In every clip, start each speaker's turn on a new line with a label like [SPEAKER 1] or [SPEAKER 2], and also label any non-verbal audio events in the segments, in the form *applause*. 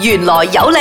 [SPEAKER 1] 原來有你。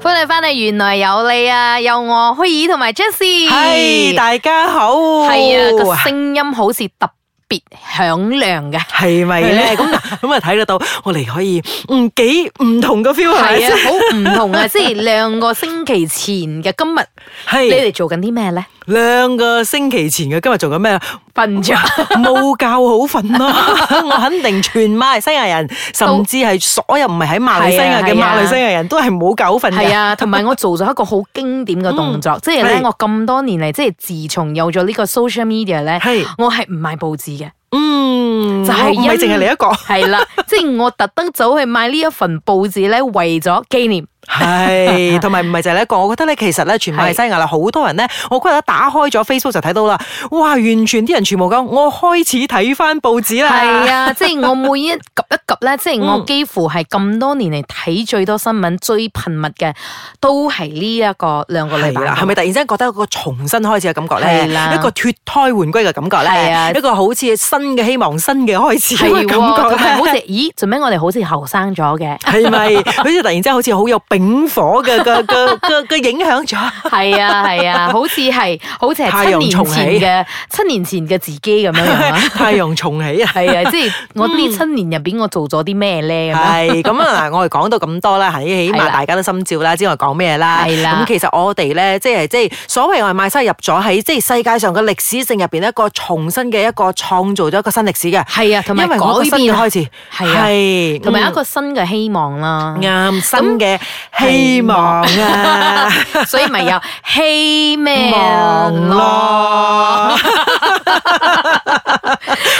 [SPEAKER 2] 歡迎翻嚟，原來有你啊，有我虛兒同埋 Jessie。
[SPEAKER 3] 係，大家好。
[SPEAKER 2] 係啊，個聲音好似特別響亮嘅。
[SPEAKER 3] 係咪咧？咁嗱，咁啊睇得到，我哋可以嗯幾唔同嘅 feel 係咪
[SPEAKER 2] 係啊，好唔同啊！即係兩個星期前嘅今
[SPEAKER 3] *laughs*
[SPEAKER 2] 日，你
[SPEAKER 3] 係
[SPEAKER 2] 哋做緊啲咩咧？
[SPEAKER 3] 兩個星期前嘅今日做
[SPEAKER 2] *laughs*
[SPEAKER 3] 緊咩？啊
[SPEAKER 2] 瞓着。
[SPEAKER 3] 冇覺好瞓咯，
[SPEAKER 2] *laughs*
[SPEAKER 3] 我肯定全馬來西亞人，甚至係所有唔係喺馬來西亞嘅
[SPEAKER 2] 係啊
[SPEAKER 3] 馬來西亞人都係冇覺好瞓
[SPEAKER 2] 係
[SPEAKER 3] 嘅。
[SPEAKER 2] 啊，同埋我做咗一個好經典嘅動
[SPEAKER 3] *laughs*
[SPEAKER 2] 作，即係咧，
[SPEAKER 3] 係
[SPEAKER 2] 我咁多年嚟，即係自從有咗呢個 social media 咧，
[SPEAKER 3] 係
[SPEAKER 2] 我係唔買報紙嘅。
[SPEAKER 3] 嗯，
[SPEAKER 2] 就
[SPEAKER 3] 就
[SPEAKER 2] 係
[SPEAKER 3] 係唔係
[SPEAKER 2] 因
[SPEAKER 3] 淨係你一個。
[SPEAKER 2] 係啦，即係我特登走去買呢一份報紙咧，為咗紀念。 *laughs*
[SPEAKER 3] 係，同埋唔係就係呢一個，我覺得咧，其實咧，全馬來西亞啦，好多人咧，我嗰日打開咗 Facebook 就睇到啦，哇，完全啲人全部講，我開始睇翻報紙啦，
[SPEAKER 2] 係啊，即係我每一及一及咧，即係
[SPEAKER 3] 嗯
[SPEAKER 2] 我幾乎係咁多年嚟睇最多新聞、最頻密嘅，都係呢一個兩個禮
[SPEAKER 3] 係
[SPEAKER 2] 拜。
[SPEAKER 3] 啦，係咪突然之間覺得有個重新開始嘅感覺
[SPEAKER 2] 係啦
[SPEAKER 3] 咧？一個脱胎換骨嘅感覺
[SPEAKER 2] 係啊
[SPEAKER 3] 咧，一個好似新嘅希望、新嘅開始
[SPEAKER 2] 係
[SPEAKER 3] 嘅
[SPEAKER 2] 喎？
[SPEAKER 3] 感覺
[SPEAKER 2] 同埋好似 *laughs*
[SPEAKER 3] 咧。
[SPEAKER 2] 咦，做咩我哋好似後生咗嘅？
[SPEAKER 3] 係咪？好似突然之間好似好有丙火嘅嘅嘅嘅嘅影響
[SPEAKER 2] *laughs*
[SPEAKER 3] 咗，
[SPEAKER 2] 係啊係啊，好似係好似係
[SPEAKER 3] *laughs* 太
[SPEAKER 2] 七
[SPEAKER 3] 陽
[SPEAKER 2] 年
[SPEAKER 3] 重起。
[SPEAKER 2] 前嘅七年前嘅自己咁樣樣啊
[SPEAKER 3] *laughs* 太陽重起啊！
[SPEAKER 2] 係啊，即係我呢七年入邊我做咗啲咩咧咁樣。
[SPEAKER 3] 嗯係咁啊！嗱，我哋講到咁多啦，係起
[SPEAKER 2] 係啦
[SPEAKER 3] 碼大家都心照啦，知我講咩啦。
[SPEAKER 2] 係啦
[SPEAKER 3] 咁其實我哋咧，即係即係所謂外賣西入咗喺即係世界上嘅歷史性入邊一個重新嘅一個創造咗一個新歷史嘅，
[SPEAKER 2] 係啊，同埋
[SPEAKER 3] 因為我個
[SPEAKER 2] 改
[SPEAKER 3] 新嘅
[SPEAKER 2] 變啊
[SPEAKER 3] 開始
[SPEAKER 2] 係啊
[SPEAKER 3] 係
[SPEAKER 2] 同埋一
[SPEAKER 3] 嗯
[SPEAKER 2] 個新嘅希望啦。
[SPEAKER 3] 啱新嘅希望啊，
[SPEAKER 2] 所以咪有希望 *laughs*
[SPEAKER 3] 望
[SPEAKER 2] 咯
[SPEAKER 3] 咯。。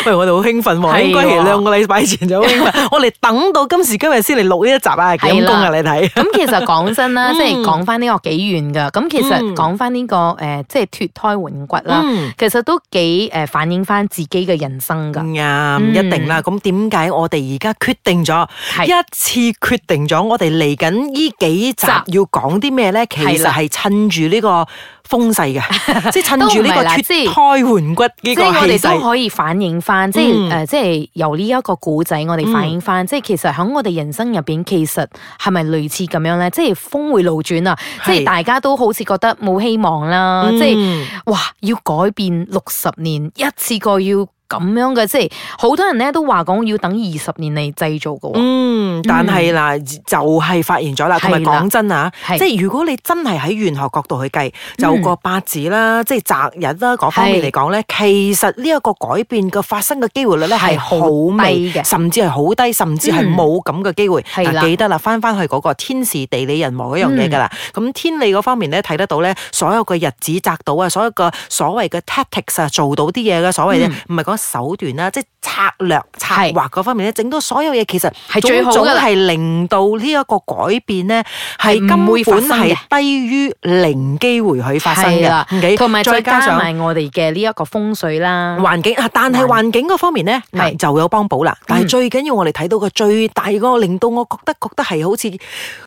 [SPEAKER 3] 喂，我哋好興奮
[SPEAKER 2] 係
[SPEAKER 3] 喎！應該
[SPEAKER 2] 喎
[SPEAKER 3] 係兩個禮拜前就好
[SPEAKER 2] *laughs*
[SPEAKER 3] 興奮，我哋等到今時今日先嚟錄呢一集啊，幾陰功啊！
[SPEAKER 2] 係
[SPEAKER 3] 你睇，
[SPEAKER 2] 咁其實講真啦，
[SPEAKER 3] 嗯
[SPEAKER 2] 即係講翻呢個幾遠噶。咁其實
[SPEAKER 3] 嗯
[SPEAKER 2] 講翻呢個誒，即係脱胎換骨啦，
[SPEAKER 3] 嗯。
[SPEAKER 2] 其實都幾誒反映翻自己嘅人生噶。
[SPEAKER 3] 啱，
[SPEAKER 2] 嗯
[SPEAKER 3] 一定啦。咁點解我哋而家決定咗
[SPEAKER 2] 係
[SPEAKER 3] 一次決定咗，我哋嚟緊呢幾
[SPEAKER 2] 集
[SPEAKER 3] 集要講啲咩咧？其
[SPEAKER 2] 係
[SPEAKER 3] 實
[SPEAKER 2] 啦
[SPEAKER 3] 係趁住呢個風
[SPEAKER 2] *laughs*
[SPEAKER 3] 勢嘅，即係趁
[SPEAKER 2] 都
[SPEAKER 3] 住呢
[SPEAKER 2] 唔係
[SPEAKER 3] 個
[SPEAKER 2] 啦
[SPEAKER 3] 脱
[SPEAKER 2] 即係
[SPEAKER 3] 胎換骨呢
[SPEAKER 2] 即係
[SPEAKER 3] 個
[SPEAKER 2] 我
[SPEAKER 3] 氣
[SPEAKER 2] 哋都
[SPEAKER 3] 勢。嗯
[SPEAKER 2] 可以反映翻，即係誒，即係由呢一個古仔，我哋反映翻，即係其實喺我哋人生入邊，其實係咪類似咁樣咧？即係峰回路轉啊！即係
[SPEAKER 3] 係
[SPEAKER 2] 大家都好似覺得冇希望啦，即係。
[SPEAKER 3] 嗯
[SPEAKER 2] 哇！要改變六十年一次過要咁樣嘅，即係好多人咧都話講要等二十年嚟製造嘅喎。
[SPEAKER 3] 嗯，但係嗱，就係發現咗啦，同埋
[SPEAKER 2] 係啦
[SPEAKER 3] 講真啊，
[SPEAKER 2] 係嗯
[SPEAKER 3] 即係如果你真係喺玄學角度去計，就個八字啦，即係擇日啦，嗰方面
[SPEAKER 2] 係
[SPEAKER 3] 嚟講咧，其實呢一個改變嘅發生嘅機會率咧
[SPEAKER 2] 係
[SPEAKER 3] 係
[SPEAKER 2] 好
[SPEAKER 3] 好微
[SPEAKER 2] 低嘅嗯
[SPEAKER 3] 甚至係好低，甚至係冇咁嘅機會。
[SPEAKER 2] 係啦嗯
[SPEAKER 3] 嗱，記得啦，翻翻去嗰個天時地利人和嗰樣嘢㗎啦。咁天理嗰方面咧睇得到咧，所有嘅日子擇到啊，所有嘅所謂嘅 tactics 啊，做到啲嘢嘅所謂嘅，唔係講手段啦，即係策略策
[SPEAKER 2] 嗯係
[SPEAKER 3] 劃嗰方面咧，整到所有嘢其實。
[SPEAKER 2] 係最好㗎
[SPEAKER 3] 種
[SPEAKER 2] 啦
[SPEAKER 3] 種係令到呢一個改變咧，係
[SPEAKER 2] 係
[SPEAKER 3] 根
[SPEAKER 2] 唔會
[SPEAKER 3] 本
[SPEAKER 2] 發生嘅
[SPEAKER 3] 係低於零機會去發生
[SPEAKER 2] 係啦
[SPEAKER 3] 嘅，
[SPEAKER 2] 同埋再
[SPEAKER 3] 再加
[SPEAKER 2] 加
[SPEAKER 3] 上
[SPEAKER 2] 埋我哋嘅呢一個風水啦，
[SPEAKER 3] 環境啊，但係
[SPEAKER 2] 環
[SPEAKER 3] 環境嗰方面咧，
[SPEAKER 2] 係嗯
[SPEAKER 3] 嗱就有幫補啦。但係最緊要我哋睇到個最大嗰個令到我覺得覺得係好似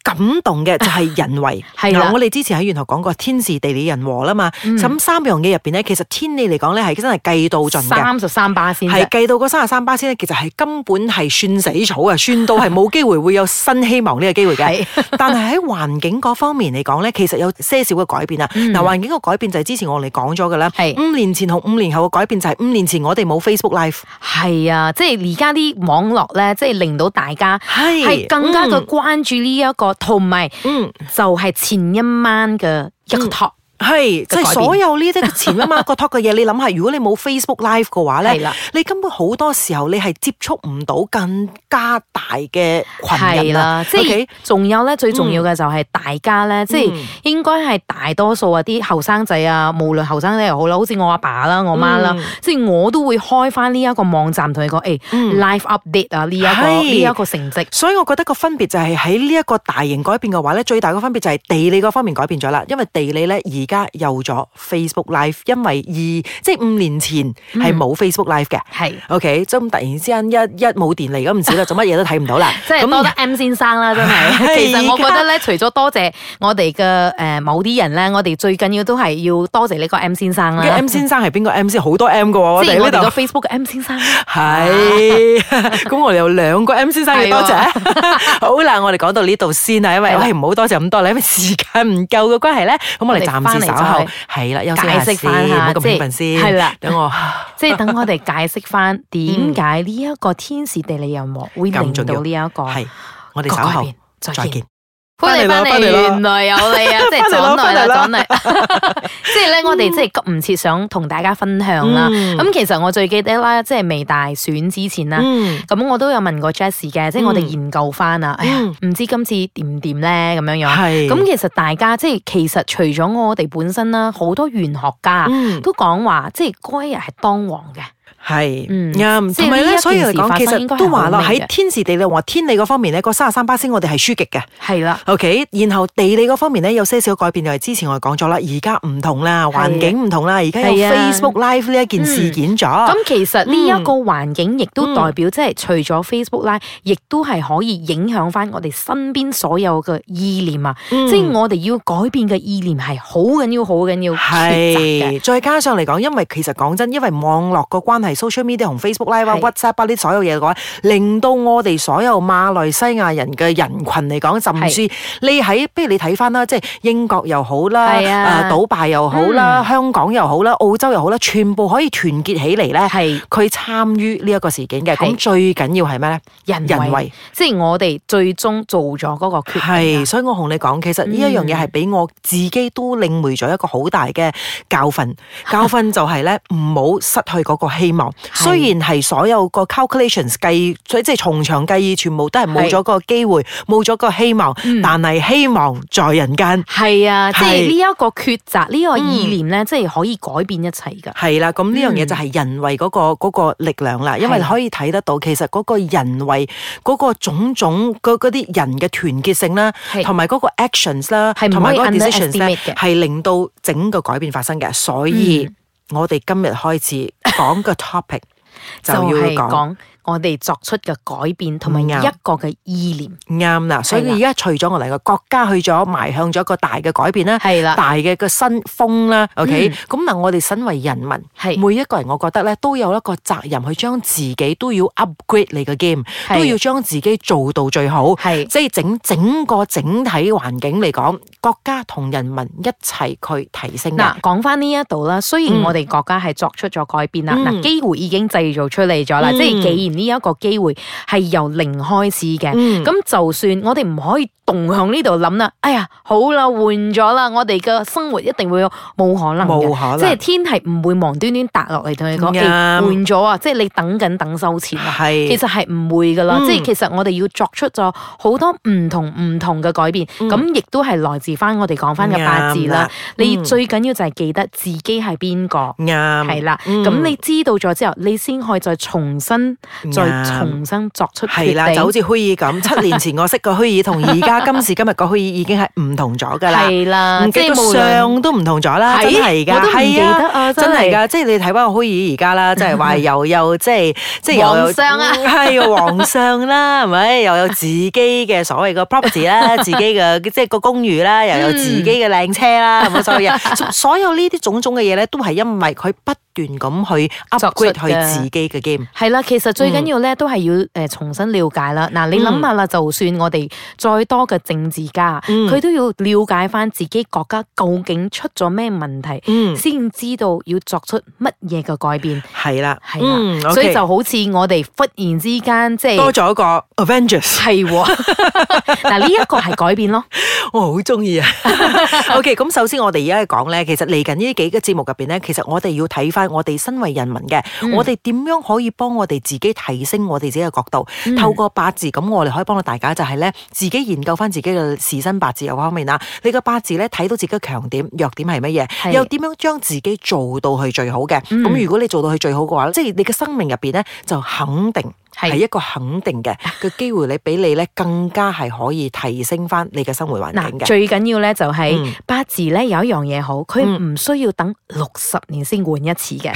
[SPEAKER 3] 感
[SPEAKER 2] *laughs*
[SPEAKER 3] 動嘅，就係人為。
[SPEAKER 2] 係啦
[SPEAKER 3] 嗱，我哋之前喺源頭講過天時地利人和啦嘛，
[SPEAKER 2] 嗯
[SPEAKER 3] 咁三樣嘢入邊咧，其實天理嚟講咧係真係計到盡嘅。
[SPEAKER 2] 三十三巴先啫
[SPEAKER 3] 係。計到嗰三十三巴先咧，其實係根本係算死草啊，算到係冇機會會有新希望呢個機會嘅。但係喺環境嗰方面嚟講咧，其實有些少嘅改變啊。
[SPEAKER 2] 嗯
[SPEAKER 3] 嗱、環境嘅改變就係之前我哋講咗嘅啦
[SPEAKER 2] 係。
[SPEAKER 3] 五年前同五年後嘅改變就係五年前我哋冇 Facebook Live，
[SPEAKER 2] 係啊，即係而家啲網絡咧，即係令到大家
[SPEAKER 3] 係
[SPEAKER 2] 係更加嘅關注呢一個，同埋
[SPEAKER 3] 嗯。
[SPEAKER 2] 就係前一晚嘅一個 talk。
[SPEAKER 3] 係，
[SPEAKER 2] 嘅
[SPEAKER 3] 即
[SPEAKER 2] 改變
[SPEAKER 3] 係所有呢啲嘅前一晚個 talk 嘅嘢，你諗下，如果你冇 Facebook Live 嘅話
[SPEAKER 2] 係啦
[SPEAKER 3] 咧，你根本好多時候你係接觸唔到更加大嘅群
[SPEAKER 2] 係
[SPEAKER 3] 人啊
[SPEAKER 2] 啦，。即係
[SPEAKER 3] OK？
[SPEAKER 2] 仲有咧，最重要嘅就係大家咧，即係
[SPEAKER 3] 嗯
[SPEAKER 2] 應該係大多數啊啲後生仔啊，無論後生仔又好啦，好似我阿爸啦、我媽啦
[SPEAKER 3] 嗯，
[SPEAKER 2] 即係我都會開翻呢一個網站同佢講，誒
[SPEAKER 3] 嗯
[SPEAKER 2] live update 啊呢一個
[SPEAKER 3] 係
[SPEAKER 2] 呢一個成績，
[SPEAKER 3] 所以我覺得個分別就係喺呢一個大型改變嘅話咧，最大嘅分別就係地理嗰方面改變咗啦。因為地理咧而家有咗 Facebook Live，因為二即係五年前
[SPEAKER 2] 嗯
[SPEAKER 3] 係冇 Facebook Live 嘅。
[SPEAKER 2] 係
[SPEAKER 3] OK，咁突然之間一一冇電嚟咁唔止啦，做乜嘢都睇唔到啦。
[SPEAKER 2] *laughs* 即係多得 M 先生啦，真係。 *laughs* 其實我覺得咧，除咗多謝我哋嘅誒某啲人咧，我哋最緊要都係要多謝呢個 M 先生啦
[SPEAKER 3] 嘅。M 先生係邊個 M 先？好多 M 噶喎，我
[SPEAKER 2] 即係
[SPEAKER 3] 哋
[SPEAKER 2] 我
[SPEAKER 3] 呢
[SPEAKER 2] 哋個
[SPEAKER 3] 度
[SPEAKER 2] Facebook 嘅 M 先生啦。
[SPEAKER 3] *laughs*
[SPEAKER 2] *laughs*
[SPEAKER 3] 係。咁我哋有兩個 M 先生
[SPEAKER 2] 係喎
[SPEAKER 3] 要多謝。 *laughs* 好啦，我哋講到呢度先啦，因為
[SPEAKER 2] 係啦
[SPEAKER 3] 喂唔好多謝咁多啦，因為時間唔夠嘅關係咧，咁我哋暫時稍後
[SPEAKER 2] 我哋
[SPEAKER 3] 係啦，休
[SPEAKER 2] 解
[SPEAKER 3] 息
[SPEAKER 2] 釋
[SPEAKER 3] 下
[SPEAKER 2] 翻
[SPEAKER 3] 先，唔好
[SPEAKER 2] 下，
[SPEAKER 3] 咁
[SPEAKER 2] 即
[SPEAKER 3] 興奮
[SPEAKER 2] 係
[SPEAKER 3] 先。
[SPEAKER 2] 係啦，
[SPEAKER 3] 等我
[SPEAKER 2] 即係等我哋解釋翻點解呢一個天時地利人和會令
[SPEAKER 3] 嗯咁重
[SPEAKER 2] 到
[SPEAKER 3] 要
[SPEAKER 2] 呢一個
[SPEAKER 3] 係我
[SPEAKER 2] 哦
[SPEAKER 3] 哋
[SPEAKER 2] 各
[SPEAKER 3] 稍
[SPEAKER 2] 改
[SPEAKER 3] 後
[SPEAKER 2] 變
[SPEAKER 3] 再見。。
[SPEAKER 2] 翻嚟翻
[SPEAKER 3] 翻
[SPEAKER 2] 嚟，
[SPEAKER 3] 嚟啦
[SPEAKER 2] 原來有你
[SPEAKER 3] *laughs*
[SPEAKER 2] 啊！即係
[SPEAKER 3] 翻嚟
[SPEAKER 2] 撞
[SPEAKER 3] 啦
[SPEAKER 2] 嚟啦，撞
[SPEAKER 3] 翻
[SPEAKER 2] 嚟， *laughs* 即係咧，我哋即係急唔切想同大家分享啦。
[SPEAKER 3] 嗯
[SPEAKER 2] 咁其實我最記得啦，即係未大選之前啦，
[SPEAKER 3] 嗯，
[SPEAKER 2] 咁我都有問過 Jess 嘅，即係我哋研究翻啊，哎呀，唔知今次掂唔掂咧咁樣樣。
[SPEAKER 3] 嗯係
[SPEAKER 2] 咁其實大家即係其實除咗我哋本身啦，好多玄學家
[SPEAKER 3] 嗯
[SPEAKER 2] 都講話，即係嗰一日係當王嘅。
[SPEAKER 3] 係
[SPEAKER 2] 嗯
[SPEAKER 3] 啱，
[SPEAKER 2] 即係
[SPEAKER 3] 同埋
[SPEAKER 2] 呢一
[SPEAKER 3] 咧，所以
[SPEAKER 2] 件
[SPEAKER 3] 嚟
[SPEAKER 2] 事
[SPEAKER 3] 講，
[SPEAKER 2] 發
[SPEAKER 3] 其
[SPEAKER 2] 生應該
[SPEAKER 3] 實
[SPEAKER 2] 係
[SPEAKER 3] 都話啦，
[SPEAKER 2] 好明
[SPEAKER 3] 喺
[SPEAKER 2] 嘅
[SPEAKER 3] 天時地利話天理嗰方面咧，個三十三巴仙我哋係輸極嘅。
[SPEAKER 2] 係啦，
[SPEAKER 3] OK，然後地理嗰方面咧有些少改變，就係之前我哋講咗啦，而家唔同啦，環境唔同啦，而家有
[SPEAKER 2] 係啊嗯
[SPEAKER 3] Facebook Live 呢一件事件咗。
[SPEAKER 2] 咁其實呢
[SPEAKER 3] 嗯
[SPEAKER 2] 一個環境亦都代表，即係除咗 Facebook Live，亦都係可以影響翻我哋身邊所有嘅意念啊！
[SPEAKER 3] 嗯
[SPEAKER 2] 即係我哋要改變嘅意念係好緊要、好緊要抉擇嘅。
[SPEAKER 3] 係，再加上嚟講，因為其實講真，因為網絡個關係，social media 同 Facebook Live 啊、
[SPEAKER 2] 係
[SPEAKER 3] WhatsApp 啊呢所有嘢嘅話，令到我哋所有馬來西亞人嘅人群嚟講，甚至你喺，不如你睇翻啦，即係英國又好啦，
[SPEAKER 2] 係啊嗯
[SPEAKER 3] 誒杜拜又好啦，香港又好啦，澳洲又好啦，全部可以團結起嚟咧，
[SPEAKER 2] 係
[SPEAKER 3] 佢參與呢一個事件嘅。咁
[SPEAKER 2] 係
[SPEAKER 3] 最緊要係咩咧？
[SPEAKER 2] 人為，啊
[SPEAKER 3] 人為
[SPEAKER 2] 即係我哋最終做咗嗰個決定
[SPEAKER 3] 係，
[SPEAKER 2] 啊。
[SPEAKER 3] 所以我同你講，其實
[SPEAKER 2] 嗯
[SPEAKER 3] 呢一樣嘢係俾我自己都領會咗一個好大嘅教
[SPEAKER 2] *laughs*
[SPEAKER 3] 訓。教訓就係咧，唔好失去嗰個希望。雖然係所有個 calculations 計，所以即係從長計議，全部都係冇咗個機會，冇咗個希望。
[SPEAKER 2] 嗯
[SPEAKER 3] 但係希望在人間。
[SPEAKER 2] 係啊，即係
[SPEAKER 3] 係嗯
[SPEAKER 2] 呢一個抉擇，呢、個意念咧，即係可以改變一切噶。
[SPEAKER 3] 係啦，咁呢樣嘢就係人為嗰、個嗰、個力量啦，因為
[SPEAKER 2] 係
[SPEAKER 3] 可以睇得到，其實嗰個人為嗰個種種嗰嗰啲人嘅團結性啦，
[SPEAKER 2] 係
[SPEAKER 3] 同埋嗰個 actions 啦，
[SPEAKER 2] 係唔可以
[SPEAKER 3] 同埋嗰個 decisions 咧
[SPEAKER 2] underestimate，嘅
[SPEAKER 3] 係令到整個改變發生嘅。所以我哋今日開始
[SPEAKER 2] *laughs*
[SPEAKER 3] 講個 topic 就要
[SPEAKER 2] 係
[SPEAKER 3] 講嗯
[SPEAKER 2] 講我哋作出嘅改變同埋
[SPEAKER 3] 啱
[SPEAKER 2] 一個嘅意念，
[SPEAKER 3] 啱啦。所以而家除咗我哋個國家去咗邁向咗一個大嘅改變啦。
[SPEAKER 2] 係啦，
[SPEAKER 3] 大嘅個新風啦，OK，咁嗱、我哋身為人民，
[SPEAKER 2] 係
[SPEAKER 3] 每一個人，我覺得咧都有一個責任去將自己都要 upgrade 你嘅 game，
[SPEAKER 2] 係
[SPEAKER 3] 都要將自己做到最好，
[SPEAKER 2] 係
[SPEAKER 3] 即係整整個整體環境嚟講，國家同人民一齊去提升嘅
[SPEAKER 2] 嗱，。講翻呢一度啦，雖然
[SPEAKER 3] 嗯
[SPEAKER 2] 我哋國家係作出咗改變啦，嗱、
[SPEAKER 3] 嗯
[SPEAKER 2] 機會已經製造出嚟咗啦，
[SPEAKER 3] 嗯
[SPEAKER 2] 即係既然呢一個機會係由零開始嘅，
[SPEAKER 3] 嗯
[SPEAKER 2] 咁、就算我哋唔可以動向呢度諗啦，哎呀，好啦，換咗啦，我哋嘅生活一定會有冇可能
[SPEAKER 3] 冇
[SPEAKER 2] 嘅。
[SPEAKER 3] 可能
[SPEAKER 2] 即係天係唔會無端端搭落嚟同你講，
[SPEAKER 3] 啱
[SPEAKER 2] 誒換咗啊！即係你等緊等收錢啊！
[SPEAKER 3] 係
[SPEAKER 2] 其實係唔會噶啦，
[SPEAKER 3] 嗯
[SPEAKER 2] 即係其實我哋要作出咗好多唔同唔同嘅改變，咁亦都係來自翻我哋講翻嘅八字
[SPEAKER 3] 啱啦
[SPEAKER 2] 啦。你
[SPEAKER 3] 嗯嗯
[SPEAKER 2] 最緊要就係記得自己係邊個。
[SPEAKER 3] 啱
[SPEAKER 2] 係啦，
[SPEAKER 3] 嗯
[SPEAKER 2] 咁你知道咗之後，你先可以再重新、再
[SPEAKER 3] 啱
[SPEAKER 2] 重新作出決
[SPEAKER 3] 係
[SPEAKER 2] 定。
[SPEAKER 3] 啦，就好似虛擬咁，七年前我識個虛擬，同而家今時今日個虛擬已經係唔同咗㗎啦。
[SPEAKER 2] *laughs* 係啦，
[SPEAKER 3] 唔
[SPEAKER 2] 即
[SPEAKER 3] 記
[SPEAKER 2] 係
[SPEAKER 3] 得
[SPEAKER 2] 無論
[SPEAKER 3] 相都唔同咗
[SPEAKER 2] 係
[SPEAKER 3] 啦，
[SPEAKER 2] 哎
[SPEAKER 3] 真係㗎，
[SPEAKER 2] 我都唔記
[SPEAKER 3] 係
[SPEAKER 2] 得啊真
[SPEAKER 3] 真
[SPEAKER 2] 係
[SPEAKER 3] 係㗎，即係你睇翻個虛擬而
[SPEAKER 2] *laughs*
[SPEAKER 3] 家啦，即係話又有即係即係又有
[SPEAKER 2] 皇上啊
[SPEAKER 3] 嗯係個皇
[SPEAKER 2] *laughs*
[SPEAKER 3] 上啦，係咪？又有自己嘅所謂嘅 property 啦，自己嘅即係個公寓啦，又有自己嘅靚車啦，係咪所
[SPEAKER 2] *laughs*
[SPEAKER 3] 有嘢？所所有呢啲種種嘅嘢咧，都係因為佢不斷咁去
[SPEAKER 2] 作出
[SPEAKER 3] upgrade
[SPEAKER 2] 嘅
[SPEAKER 3] 佢自己嘅 game。
[SPEAKER 2] 係啦，其實最
[SPEAKER 3] 嗯
[SPEAKER 2] 緊要咧都係要誒重新了解啦。嗱，你諗下啦，就算我哋再多嘅政治家，
[SPEAKER 3] 嗯
[SPEAKER 2] 佢都要了解翻自己國家究竟出咗咩問題，
[SPEAKER 3] 嗯，
[SPEAKER 2] 先知道要作出乜嘢嘅改變。
[SPEAKER 3] 係啦，
[SPEAKER 2] 係
[SPEAKER 3] 嗯
[SPEAKER 2] 啦，所以
[SPEAKER 3] OK
[SPEAKER 2] 就好似我哋忽然之間即係
[SPEAKER 3] 多咗一個 Avengers。
[SPEAKER 2] 係
[SPEAKER 3] *laughs*
[SPEAKER 2] 喎， *laughs* 嗱呢一個係改變咯，
[SPEAKER 3] 我好中意啊 *laughs* ！OK，咁首先我哋而家講咧，其實嚟緊呢幾個節目入邊咧，其實我哋要睇翻我哋身為人民嘅，我哋點樣可以幫我哋自己提升我哋自己嘅角度，透過八字咁，我哋可以幫到大家就係咧，自己研究翻自己嘅時辰八字有方面啦。啊你個八字咧睇到自己嘅強點、弱點係嗯乜嘢，
[SPEAKER 2] 係
[SPEAKER 3] 又點樣將自己做到去最好嘅。咁、如果你做到去最好嘅話，即係你嘅生命入邊咧就肯定
[SPEAKER 2] 係
[SPEAKER 3] 係一個肯定
[SPEAKER 2] *laughs*
[SPEAKER 3] 嘅嘅機會，你俾你咧更加係可以提升翻你嘅生活環境
[SPEAKER 2] 嗱，
[SPEAKER 3] 啊嘅。
[SPEAKER 2] 最緊要咧就係
[SPEAKER 3] 嗯
[SPEAKER 2] 八字咧有一樣嘢好，佢唔需要等六十年先換一次嘅，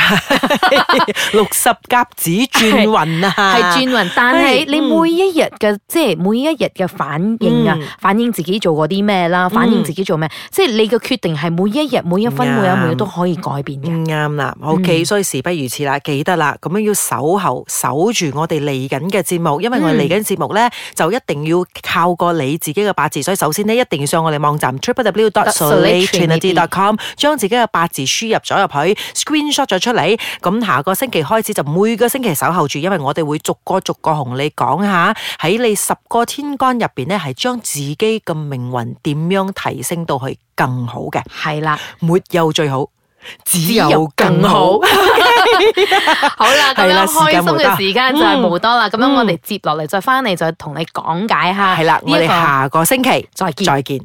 [SPEAKER 3] 六十甲子
[SPEAKER 2] *laughs*
[SPEAKER 3] 轉運啊，
[SPEAKER 2] 係轉運。但係
[SPEAKER 3] 係
[SPEAKER 2] 你每一日嘅即係每一日嘅反應啊
[SPEAKER 3] 嗯，
[SPEAKER 2] 反映自己做過啲咩啦，反映自己做咩，即係你嘅決定係每一日每一分
[SPEAKER 3] 啱
[SPEAKER 2] 每一秒都可以改變嘅。
[SPEAKER 3] 唔嗯啱啦，OK，、所以事不宜遲啦，記得啦，咁樣要守候守住我哋嚟緊嘅節目，因為我哋嚟緊節目咧、就一定要靠過你自己嘅八字，所以首先呢，一定要上我哋網站 www.solatrinity.com，將自己嘅八字輸入咗入去，screenshot 咗出嚟，咁下個星期開始就每個星期守候住，因為我哋會逐個逐個同你講下喺你十個天干入邊咧，係將自己嘅命運點樣提升到去更好嘅。
[SPEAKER 2] 係啦，
[SPEAKER 3] 沒有最好，只有更
[SPEAKER 2] 只有
[SPEAKER 3] 好。 *laughs*
[SPEAKER 2] 好啦，咁
[SPEAKER 3] 係
[SPEAKER 2] 樣
[SPEAKER 3] 啦
[SPEAKER 2] 開心嘅時間就係
[SPEAKER 3] 嗯
[SPEAKER 2] 無多啦。咁樣
[SPEAKER 3] 嗯
[SPEAKER 2] 我哋接落嚟再翻嚟就同你講解下。
[SPEAKER 3] 係啦，我哋下個星期
[SPEAKER 2] 再見。
[SPEAKER 3] 再見。